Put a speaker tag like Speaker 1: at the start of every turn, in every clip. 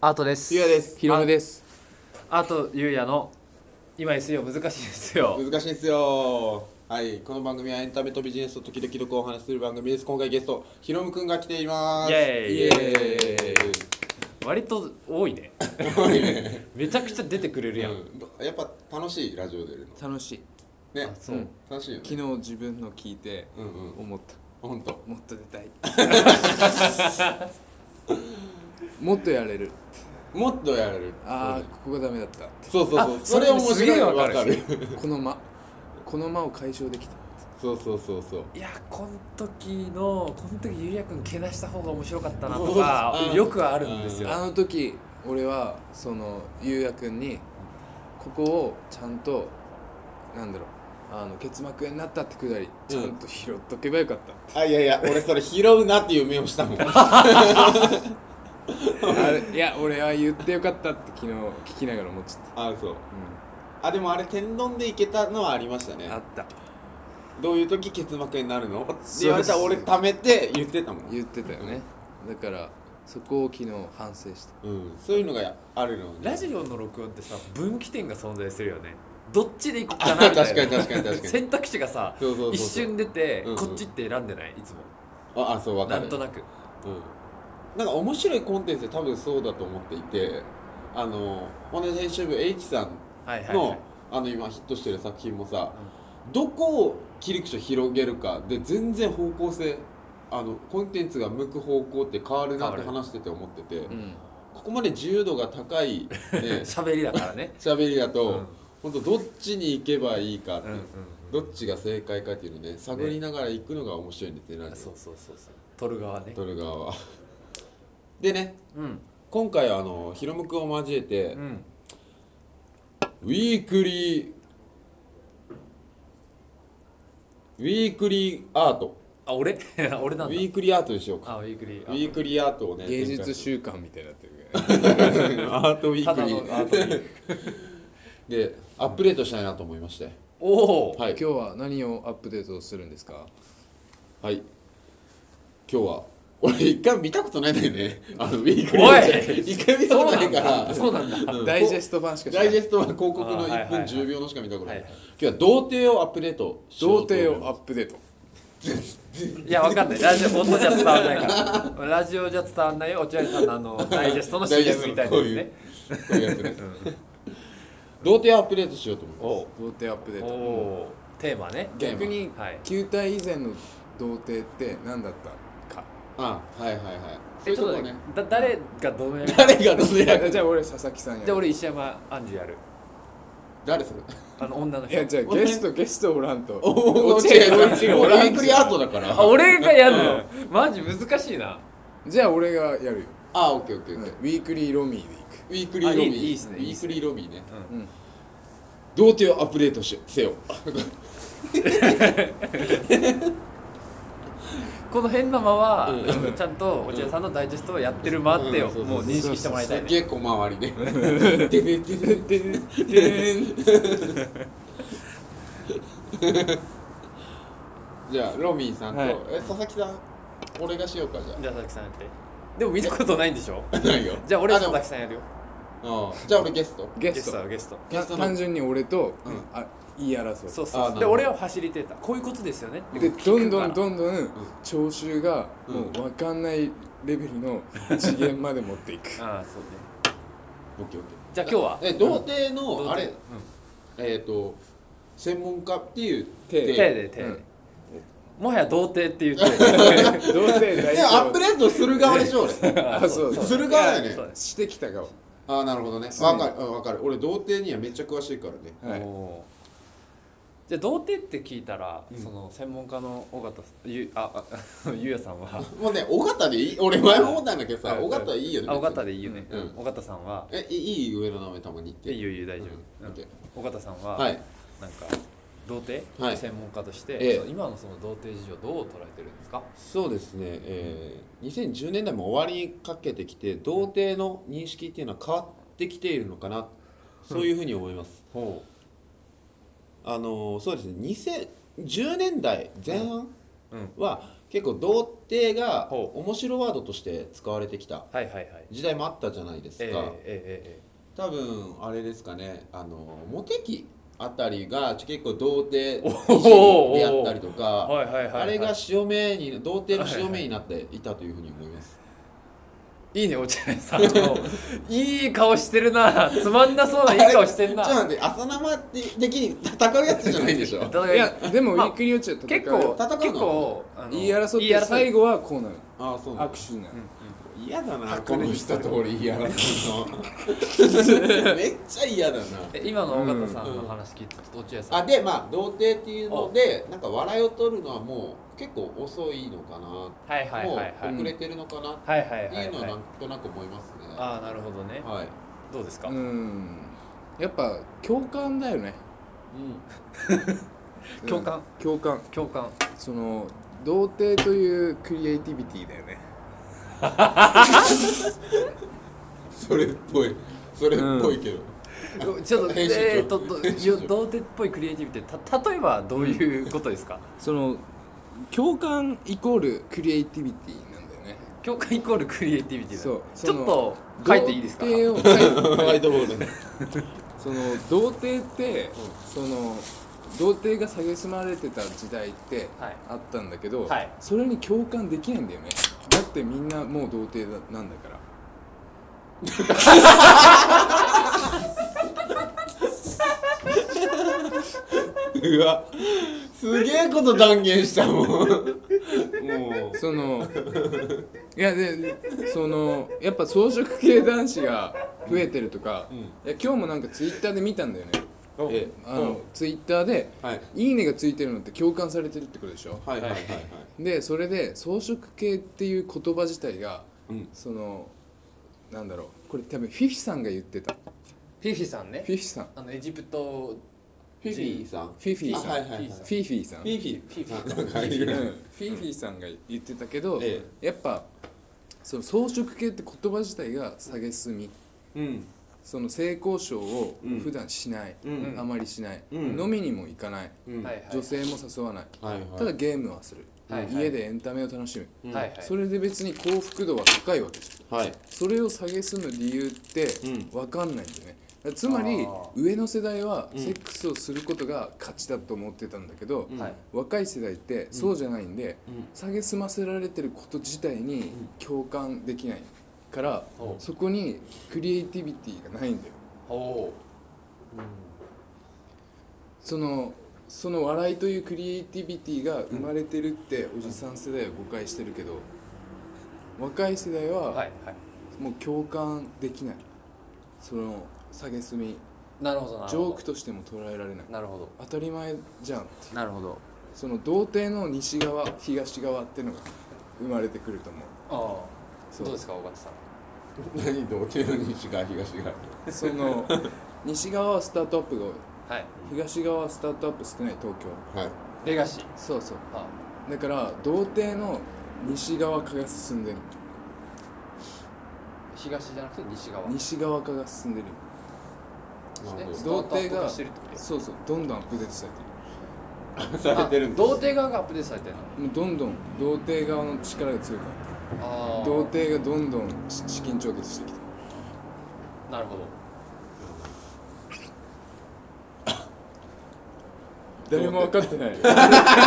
Speaker 1: アートです
Speaker 2: ゆうやです
Speaker 3: ひろむです
Speaker 1: アートゆうやの今 SEO 難しいですよ
Speaker 2: 難しいんですよはいこの番組はエンタメとビジネスを時々どこお話しする番組です今回ゲストひろむくんが来ています
Speaker 1: イエーイ
Speaker 2: イエーイ
Speaker 1: 割と多いね
Speaker 2: 多いね
Speaker 1: めちゃくちゃ出てくれるやん、
Speaker 2: うんやっぱ楽しいラジオ出る
Speaker 3: 楽しい
Speaker 2: のね
Speaker 1: あそう、
Speaker 3: うん
Speaker 2: 楽しいよね
Speaker 3: 昨日自分の聞いて
Speaker 2: うんうん
Speaker 3: 思った、
Speaker 2: ほんと
Speaker 3: もっと出たいもっとやれる
Speaker 2: もっとやれる
Speaker 3: ああここがダメ だった
Speaker 2: そうそうそう
Speaker 1: あ
Speaker 2: それ面
Speaker 1: それもすげ
Speaker 2: 白い
Speaker 1: え
Speaker 2: わ
Speaker 1: わ
Speaker 2: か
Speaker 1: か
Speaker 2: る
Speaker 1: る
Speaker 3: この間この間を解消できた
Speaker 2: そうそうそうそう
Speaker 1: いやこの時のこの時ゆうやくんけなした方が面白かったなと
Speaker 2: う
Speaker 1: か
Speaker 2: ん
Speaker 1: よくあるんですよ、
Speaker 3: あの時俺はそのゆうやくんにここをちゃんとなんだろうあの結膜炎になったってくだりちゃんと拾っとけばよかった、
Speaker 2: あいやいや俺それ拾うなっていう目をしたもん
Speaker 3: あれいや俺は言ってよかったって昨日聞きながら思っちゃった、
Speaker 2: あそう
Speaker 3: う
Speaker 2: あでもあれ天丼でいけたのはありましたね
Speaker 3: ん、あった
Speaker 2: どういう時結膜炎になるのって
Speaker 3: そう
Speaker 2: 言われたら俺ためて言ってたもん
Speaker 3: 言ってたよね、だからそこを昨日反省した
Speaker 2: うん、そういうのがあるのね
Speaker 1: ラジオの録音ってさ分岐点が存在するよねどっちで行こうか
Speaker 2: あ
Speaker 1: なみたいな
Speaker 2: 確かに確かに確かに
Speaker 1: 選択肢がさ
Speaker 2: そうそうそうそう
Speaker 1: 一瞬出て、
Speaker 2: うんうん
Speaker 1: こっちって選んでないいつも
Speaker 2: ああそう分か
Speaker 1: な
Speaker 2: る
Speaker 1: んとなく
Speaker 2: うん、なんか面白いコンテンツで多分そうだと思っていてあの同じ編集部 H さん
Speaker 1: はいはい、
Speaker 2: の,、
Speaker 1: はい、
Speaker 2: あの今ヒットしてる作品もさ、どこを切り口を広げるかで全然方向性あのコンテンツが向く方向って変わるなって
Speaker 1: 変わる、
Speaker 2: 話してて思ってて、
Speaker 3: う
Speaker 2: こ
Speaker 3: ん
Speaker 2: こまで自由度が高い、ね
Speaker 1: 喋りだからね
Speaker 2: 喋りだと、
Speaker 1: うん
Speaker 2: ほんとどっちに行けばいいかって
Speaker 1: う
Speaker 2: い
Speaker 1: ん
Speaker 2: う、
Speaker 1: うん
Speaker 2: どっちが正解かっていうのね探りながら行くのが面白いんですねラジ
Speaker 1: そう
Speaker 2: オ
Speaker 1: そうそうそう撮る側ね
Speaker 2: 撮る側は でね
Speaker 1: うん
Speaker 2: 今回はあのヒロムくんを交えて、
Speaker 1: うん
Speaker 2: ウィークリーウィークリーアート
Speaker 1: あ俺 俺な
Speaker 2: ウ
Speaker 1: んだ
Speaker 2: ィークリーアートにしようか
Speaker 1: あウィークリー
Speaker 2: ウィークリーアートをね
Speaker 3: 芸術
Speaker 2: 展
Speaker 3: 習慣みたいになってるけどね
Speaker 2: 開する アートウィー
Speaker 1: た
Speaker 2: ク
Speaker 1: だ
Speaker 2: リ
Speaker 1: のア
Speaker 2: ー
Speaker 1: ートウィーク
Speaker 2: でアップデートしたいなと思いまして
Speaker 1: おお、
Speaker 2: はい
Speaker 3: 今日は何をアップデートするんですか
Speaker 2: はい今日は俺一回見たことないんだよねあのウィークリー
Speaker 1: おい
Speaker 2: アート一回見たことないから
Speaker 1: そうなんだそうなんだ
Speaker 2: うん
Speaker 3: ダイジェスト版しかしな
Speaker 2: ダイジェ
Speaker 3: い
Speaker 2: ストは広告
Speaker 1: あ
Speaker 2: の
Speaker 1: ーはいは
Speaker 2: 1
Speaker 1: い
Speaker 2: 分
Speaker 1: はい
Speaker 2: 10秒のしか見たことない、
Speaker 1: はいはい
Speaker 2: 今日は童貞をアップデートしよ
Speaker 3: 童
Speaker 2: うと思い
Speaker 3: 貞
Speaker 2: ます
Speaker 3: をアップデート
Speaker 1: いやわかんないラジオ音じゃ伝わんないからラジオじゃ伝わんないお茶屋さんのあのダイジェストの CM みたいなやつね
Speaker 2: こういうやつね童貞をアップデートしようと
Speaker 1: お
Speaker 2: 思いま
Speaker 3: 童貞アップデ
Speaker 1: お
Speaker 3: ート
Speaker 1: おーテーマね
Speaker 2: テーマ
Speaker 3: 逆に
Speaker 1: はい
Speaker 3: 球体以前の童貞って何だったか
Speaker 2: すあはいはいはい
Speaker 1: え
Speaker 2: そういう
Speaker 1: ち
Speaker 2: と
Speaker 1: ょ
Speaker 2: こ
Speaker 1: っと
Speaker 2: ね
Speaker 1: ねだ誰がどのやるじゃ
Speaker 2: 誰が童貞やる
Speaker 3: じゃあ俺佐々木さんやる
Speaker 1: あ俺石山アンジュやる
Speaker 2: 誰それ
Speaker 1: あの女の
Speaker 3: いやじ
Speaker 1: 人
Speaker 3: ゃあゲストゲストおらんと
Speaker 2: お
Speaker 3: 落合陽一
Speaker 2: 俺
Speaker 3: がお
Speaker 2: 俺ウ
Speaker 3: ら
Speaker 2: ィー
Speaker 3: んと
Speaker 2: クリーアートだから
Speaker 1: あ俺がやるのマジ難しいな
Speaker 3: じゃあ俺がやるよ
Speaker 2: あオッケーオッケー
Speaker 3: う
Speaker 2: オ
Speaker 3: ん
Speaker 2: ッ
Speaker 3: ウ
Speaker 2: ケー
Speaker 3: ィークリーロミーでい
Speaker 2: ウィークリーロビ
Speaker 1: あい
Speaker 2: ー
Speaker 1: いいいっすね
Speaker 2: ウィークリーロビーね
Speaker 3: くうん
Speaker 2: 童貞をアップデートしせよ
Speaker 1: この変な間は、
Speaker 2: う
Speaker 1: ちゃんとお茶屋さんのダイジェストをやってる間ってよ、
Speaker 2: うん
Speaker 1: もう認識してもらいたい
Speaker 2: す
Speaker 1: ね
Speaker 2: っげえ小回り でででででででじゃあロミーさんと、
Speaker 3: はい
Speaker 2: え佐々木さん俺がしようかじゃ
Speaker 1: じゃあ佐々木さんやってでも見たことないんでしょ
Speaker 2: あないよ
Speaker 1: じゃあ俺
Speaker 2: あ
Speaker 1: 佐
Speaker 2: でも
Speaker 1: 々木さんやるよ
Speaker 2: うんじゃあ俺ゲスト
Speaker 3: ゲ
Speaker 1: ゲ
Speaker 3: ス
Speaker 1: ス
Speaker 3: ト
Speaker 1: トゲスト
Speaker 2: ゲストの
Speaker 3: 単純に俺と、
Speaker 2: うん
Speaker 3: あ言い争う
Speaker 1: そうそう
Speaker 2: あなる
Speaker 1: そ
Speaker 2: ほ
Speaker 1: う
Speaker 2: ど
Speaker 1: で俺はファシリテーターこういうことですよね
Speaker 3: でどんどん
Speaker 1: ん
Speaker 3: どんどん聴衆が
Speaker 2: うん
Speaker 3: もう分かんないレベルの次元まで持っていく
Speaker 1: ああそうね
Speaker 2: オッケーオッ
Speaker 1: じゃあ今日は
Speaker 2: ケーえ童貞の、
Speaker 1: どうぞ
Speaker 2: あれ
Speaker 1: う
Speaker 2: えっ、と専門家っていう
Speaker 3: 手
Speaker 1: ん手
Speaker 2: で
Speaker 1: で手
Speaker 3: う
Speaker 1: で
Speaker 3: ん
Speaker 1: もはや童貞って言っ て
Speaker 3: 童貞代
Speaker 2: いやアップ
Speaker 3: 表
Speaker 2: デートする 側でしょ俺
Speaker 3: あそう
Speaker 2: する側だよね
Speaker 1: そうだね
Speaker 3: してきた側
Speaker 2: ああなるほどねわかるうんわかる俺童貞にはめっちゃ詳しいからね
Speaker 3: はい
Speaker 1: おーじゃあ童貞って聞いたら、
Speaker 2: うん
Speaker 1: その専門家の尾形さんゆああ ゆうやさんは
Speaker 2: もうね尾形でいい俺前も思ったんだけどさ
Speaker 1: はい
Speaker 2: 尾形いいよね
Speaker 1: あ尾形
Speaker 2: で
Speaker 1: でいいよね、
Speaker 2: うん
Speaker 1: 尾形さんは
Speaker 2: えいいい上の名前たまに言って
Speaker 1: いいよいいよ大丈
Speaker 2: うん
Speaker 1: 夫、う
Speaker 2: オッ
Speaker 1: ん
Speaker 2: ケー
Speaker 1: 尾形さんは、
Speaker 2: はい
Speaker 1: なんか童貞、
Speaker 2: はい
Speaker 1: 専門家として、
Speaker 2: ええ
Speaker 1: その今のその童貞事情どう捉えてるんですか
Speaker 2: そうですね、えー2010年代も終わりにかけてきて童貞の認識っていうのは変わってきているのかなそういうふうに思います
Speaker 1: ほ
Speaker 2: あのーそうですね2010年代前半
Speaker 1: うん
Speaker 2: は結構童貞が
Speaker 1: ほ
Speaker 2: 面白ワードとして使われてきた
Speaker 1: はいはいはい
Speaker 2: 時代もあったじゃないです
Speaker 1: ええ
Speaker 2: か、
Speaker 1: え
Speaker 2: 多分あれですかねあのモテ期あたりが結構童貞
Speaker 1: おー
Speaker 2: でやったりと
Speaker 1: え
Speaker 2: か
Speaker 1: はいはいはいはい
Speaker 2: あれが潮目に童貞の潮目になっていたというふうに思い ます
Speaker 1: いいね落合さん のいい顔してるなつまんなそうないい顔してんな
Speaker 2: ちょっと待って浅生的に戦うやつじゃないん でしょ
Speaker 1: だから
Speaker 3: いやでもウ
Speaker 1: まあ
Speaker 3: ィークリーウォッチは戦う
Speaker 1: 結構
Speaker 2: 戦うの
Speaker 1: 結構あの
Speaker 3: 言い争っ
Speaker 1: 言
Speaker 3: て最後はこうなる
Speaker 2: ああそうなの
Speaker 3: 握手になる、
Speaker 2: 嫌だな
Speaker 1: 箱
Speaker 2: こ
Speaker 1: 根
Speaker 2: の
Speaker 1: に
Speaker 2: 人と俺嫌だな めっちゃ嫌だな
Speaker 1: え今の尾形さんの話聞いて落合さん
Speaker 2: あでまあ童貞っていうのでなんか笑いを取るのはもう結構遅いのかな、
Speaker 1: はいはいはいはい
Speaker 2: もう遅れてるのかなっ
Speaker 1: はいはい
Speaker 2: て
Speaker 1: はいいう
Speaker 2: の
Speaker 1: は
Speaker 2: はないんとなく思いますね、は
Speaker 1: ああなるほどね
Speaker 2: い
Speaker 1: どうですか
Speaker 3: うんやっぱ共感だよね
Speaker 2: う
Speaker 3: うん
Speaker 1: 共感
Speaker 3: 共感
Speaker 1: 共感
Speaker 3: その童貞というクリエイティビティだよね
Speaker 2: ん、 それっぽいそれっぽいけど、
Speaker 1: ちょっと
Speaker 2: 編集長
Speaker 1: えーっとど
Speaker 2: 編集長
Speaker 1: よ童貞っぽいクリエイティビティた例えばどういうことですか
Speaker 3: その共感イコールクリエイティビティなんだよね
Speaker 1: 共感イコールクリエイティビティだ
Speaker 3: そう
Speaker 1: ちょっと
Speaker 3: そ
Speaker 1: 書い
Speaker 3: の
Speaker 1: ていいですか
Speaker 3: 童貞を
Speaker 2: ホワイトボードに
Speaker 3: その童貞って、その童貞が蔑まれてた時代って
Speaker 1: はい
Speaker 3: あったんだけど、
Speaker 1: はい
Speaker 3: それに共感できないんだよねだってみんなもう童貞だなんだから
Speaker 2: うわすげえこと断言したもんもう
Speaker 3: そのいやでそのやっぱ草食系男子が増えてるとか、
Speaker 2: うん
Speaker 3: いや今日もなんかツイッターで見たんだよね
Speaker 2: え
Speaker 3: あの、ツイッターで
Speaker 2: はい
Speaker 3: 「いいね」がついてるのって共感されてるってことでしょ
Speaker 2: はいはいはいはい
Speaker 3: でそれで草食系っていう言葉自体が
Speaker 2: うん
Speaker 3: そのなんだろうこれ多分フィフィさんが言ってたフ
Speaker 1: フィフィさんね
Speaker 3: ィフィさん
Speaker 1: あのエジプト
Speaker 2: フィフィさん
Speaker 3: フィフィさん、
Speaker 2: あはいはいはい
Speaker 3: フィフィさん
Speaker 2: フィフィ
Speaker 1: フィフィ
Speaker 2: なんかい
Speaker 3: うん
Speaker 2: る
Speaker 3: フィフィさんが言ってたけど、
Speaker 2: え
Speaker 3: やっぱその草食系って言葉自体が蔑み
Speaker 2: うん
Speaker 3: その性交渉を
Speaker 2: うん
Speaker 3: 普段しない、
Speaker 2: うん
Speaker 3: あまりしない、
Speaker 2: うん
Speaker 3: 飲みにも行かない、
Speaker 2: うん
Speaker 1: はいはい
Speaker 3: 女性も誘わない、
Speaker 2: はいはい
Speaker 3: ただゲームはする、
Speaker 1: はいはい
Speaker 3: 家でエンタメを楽しむ、
Speaker 2: うん
Speaker 1: はいはい
Speaker 3: それで別に幸福度は高いわけです
Speaker 2: はい
Speaker 3: それを蔑む理由って
Speaker 2: うん
Speaker 3: 分かんないんだよねだからつまり
Speaker 1: あー
Speaker 3: 上の世代は
Speaker 2: うん
Speaker 3: セックスをすることが勝ちだと思ってたんだけど、
Speaker 2: うん
Speaker 1: はい
Speaker 3: 若い世代ってそうじゃないんで、
Speaker 2: うん
Speaker 3: 蔑ませられてること自体に共感できないから、
Speaker 1: ほう
Speaker 3: そこにクリエイティビティがないんだよ
Speaker 1: お
Speaker 3: そのその笑いというクリエイティビティが生まれてるっておじさん世代は誤解してるけど若い世代
Speaker 1: おは
Speaker 3: はい
Speaker 1: はい
Speaker 3: もう共感できないその蔑み
Speaker 1: なるほどなる
Speaker 3: ジ
Speaker 1: ほど
Speaker 3: ョークとしても捉えられない
Speaker 1: なるほど
Speaker 3: 当たり前じゃん
Speaker 1: なるほど
Speaker 3: その童貞の西側東側ってのが生まれてくると思う
Speaker 1: ああ
Speaker 3: そう
Speaker 1: どうですか尾形さん
Speaker 2: 何童貞の西側東側
Speaker 3: その西側はスタートアップが多い
Speaker 1: はい
Speaker 3: 東側はスタートアップ少ない東京
Speaker 2: はい
Speaker 1: レガシー
Speaker 3: そうそう
Speaker 1: あ
Speaker 3: だから童貞の西側化が進んでる
Speaker 1: 東じゃなくて西側
Speaker 3: 西側化が進んでる
Speaker 1: ですね
Speaker 2: なるほ
Speaker 1: スター
Speaker 3: 童
Speaker 1: トアップ
Speaker 3: 貞
Speaker 1: 化
Speaker 3: が
Speaker 1: してるってことです
Speaker 3: そうそうどんどんアップデートされて
Speaker 2: されてるん
Speaker 1: あ
Speaker 2: です
Speaker 1: 童貞側がアップデートされてるの
Speaker 3: るもうどんどん童貞側の力が強くなってる
Speaker 1: ああ
Speaker 3: 童貞がどんどん資資金調達してきてる
Speaker 1: なるほど
Speaker 3: 誰も分かってない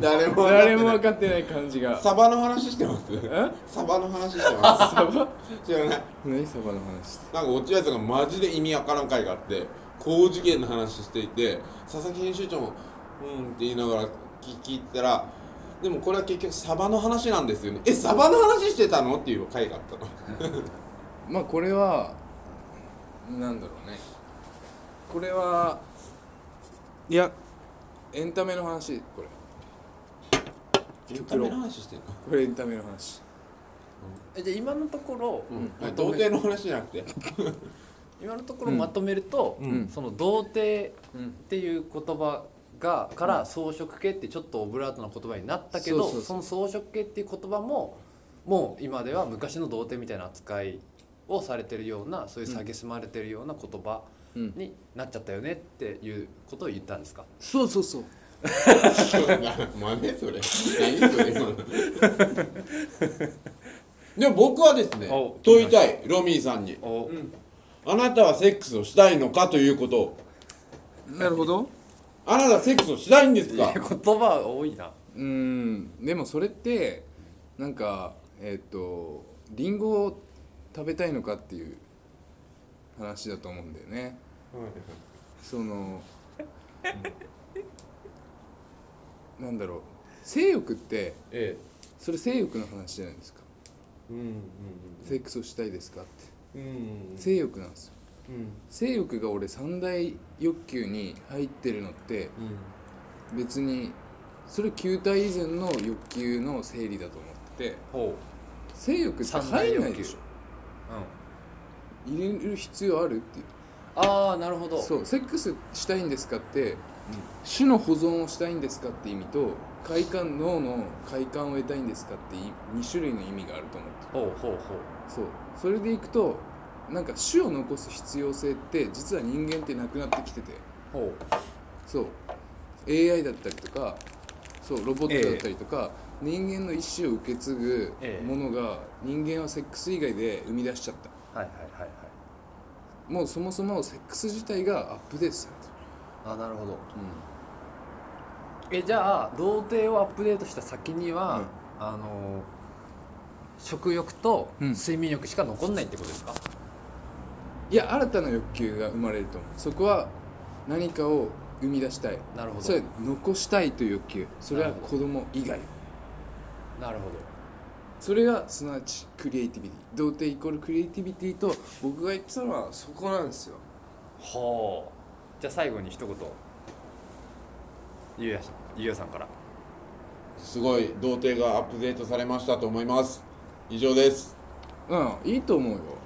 Speaker 2: 誰も
Speaker 3: 誰も分かってない感じが
Speaker 2: サバの話してます
Speaker 3: え
Speaker 2: サバの話してま
Speaker 3: サバ
Speaker 2: す知らない
Speaker 3: 何サバの話
Speaker 2: なんか落合さんがマジで意味わからん回があって高次元の話していて佐々木編集長も「うん」って言いながら聞聞いてたら「でもこれは結局サバの話なんですよねえサバの話してたの?」っていう回があったの
Speaker 3: まあこれはなんだろうねこれはいやエンタメの話これ
Speaker 2: エンタメの話してんの
Speaker 3: これエンタメの話
Speaker 1: えじゃあ今のところ、
Speaker 2: はい童貞の話じゃなくて
Speaker 1: 今のところまとめると、
Speaker 2: うん
Speaker 1: その童貞
Speaker 3: うん
Speaker 1: っていう言葉がから装飾系ってちょっとオブラートな言葉になったけど
Speaker 3: そ
Speaker 1: そう
Speaker 3: そうそ
Speaker 1: の装飾系っていう言葉ももう今では昔の童貞みたいな扱いをされてるようなそういう蔑まれてるような言葉
Speaker 3: うん
Speaker 1: になっちゃったよねっていうことを言ったんですか、
Speaker 3: そうそうそう
Speaker 2: 豆それ 何それ今のでも僕はですね
Speaker 1: お
Speaker 2: 問いたいロミーさんに
Speaker 1: お、
Speaker 2: あなたはセックスをしたいのかということを
Speaker 3: なるほど
Speaker 2: あなたはセックスをしたいんですか
Speaker 1: 言葉多いな
Speaker 3: うーんでもそれってなんかえっ、とリンゴを食べたいのかっていう話だと思うんだよねそのなんだろう性欲って
Speaker 2: え
Speaker 3: それ性欲の話じゃないですか
Speaker 2: えうんうん
Speaker 3: セックスをしたいですかって
Speaker 2: うんうん
Speaker 3: 性欲なんですよ
Speaker 2: うん
Speaker 3: 性欲が俺三大欲求に入ってるのって別にそれ球体以前の欲求の整理だと思ってて
Speaker 1: ほ
Speaker 3: 性欲って入んないでしょ
Speaker 1: うん
Speaker 3: 入れる必要あるっていう
Speaker 1: ああなるほど
Speaker 3: そうセックスしたいんですかって、種の保存をしたいんですかって意味と快感脳の快感を得たいんですかって2種類の意味があると思ってる
Speaker 1: ほうほうほ
Speaker 3: そうそれでいくとなんか種を残す必要性って実は人間ってなくなってきてて
Speaker 1: うほ
Speaker 3: そう AI だったりとかそうロボットだったりとか、人間の意思を受け継ぐ
Speaker 1: ええ
Speaker 3: ものが人間はセックス以外で生み出しちゃった
Speaker 1: うはいはいはいはい
Speaker 3: もうそもそもセックス自体がアップデートされてる
Speaker 1: あーなるほどえじゃあ童貞をアップデートした先には、あのー食欲と
Speaker 3: うん
Speaker 1: 睡眠欲しか残んないってことですか、
Speaker 3: いや新たな欲求が生まれると思うそこは何かを生み出したい
Speaker 1: なるほど
Speaker 3: それは残したいという欲求それは
Speaker 1: なるほ
Speaker 3: 子供以外
Speaker 1: なるほ
Speaker 3: それがすなわちクリエイティビティ童貞イコールクリエイティビティと僕が言ってたのはそこなんですよ
Speaker 1: どはあじゃあ最後に一言ゆうやしゆうやさんから
Speaker 2: すごい童貞がアップデートされましたと思います以上です
Speaker 3: うんいいと思うよ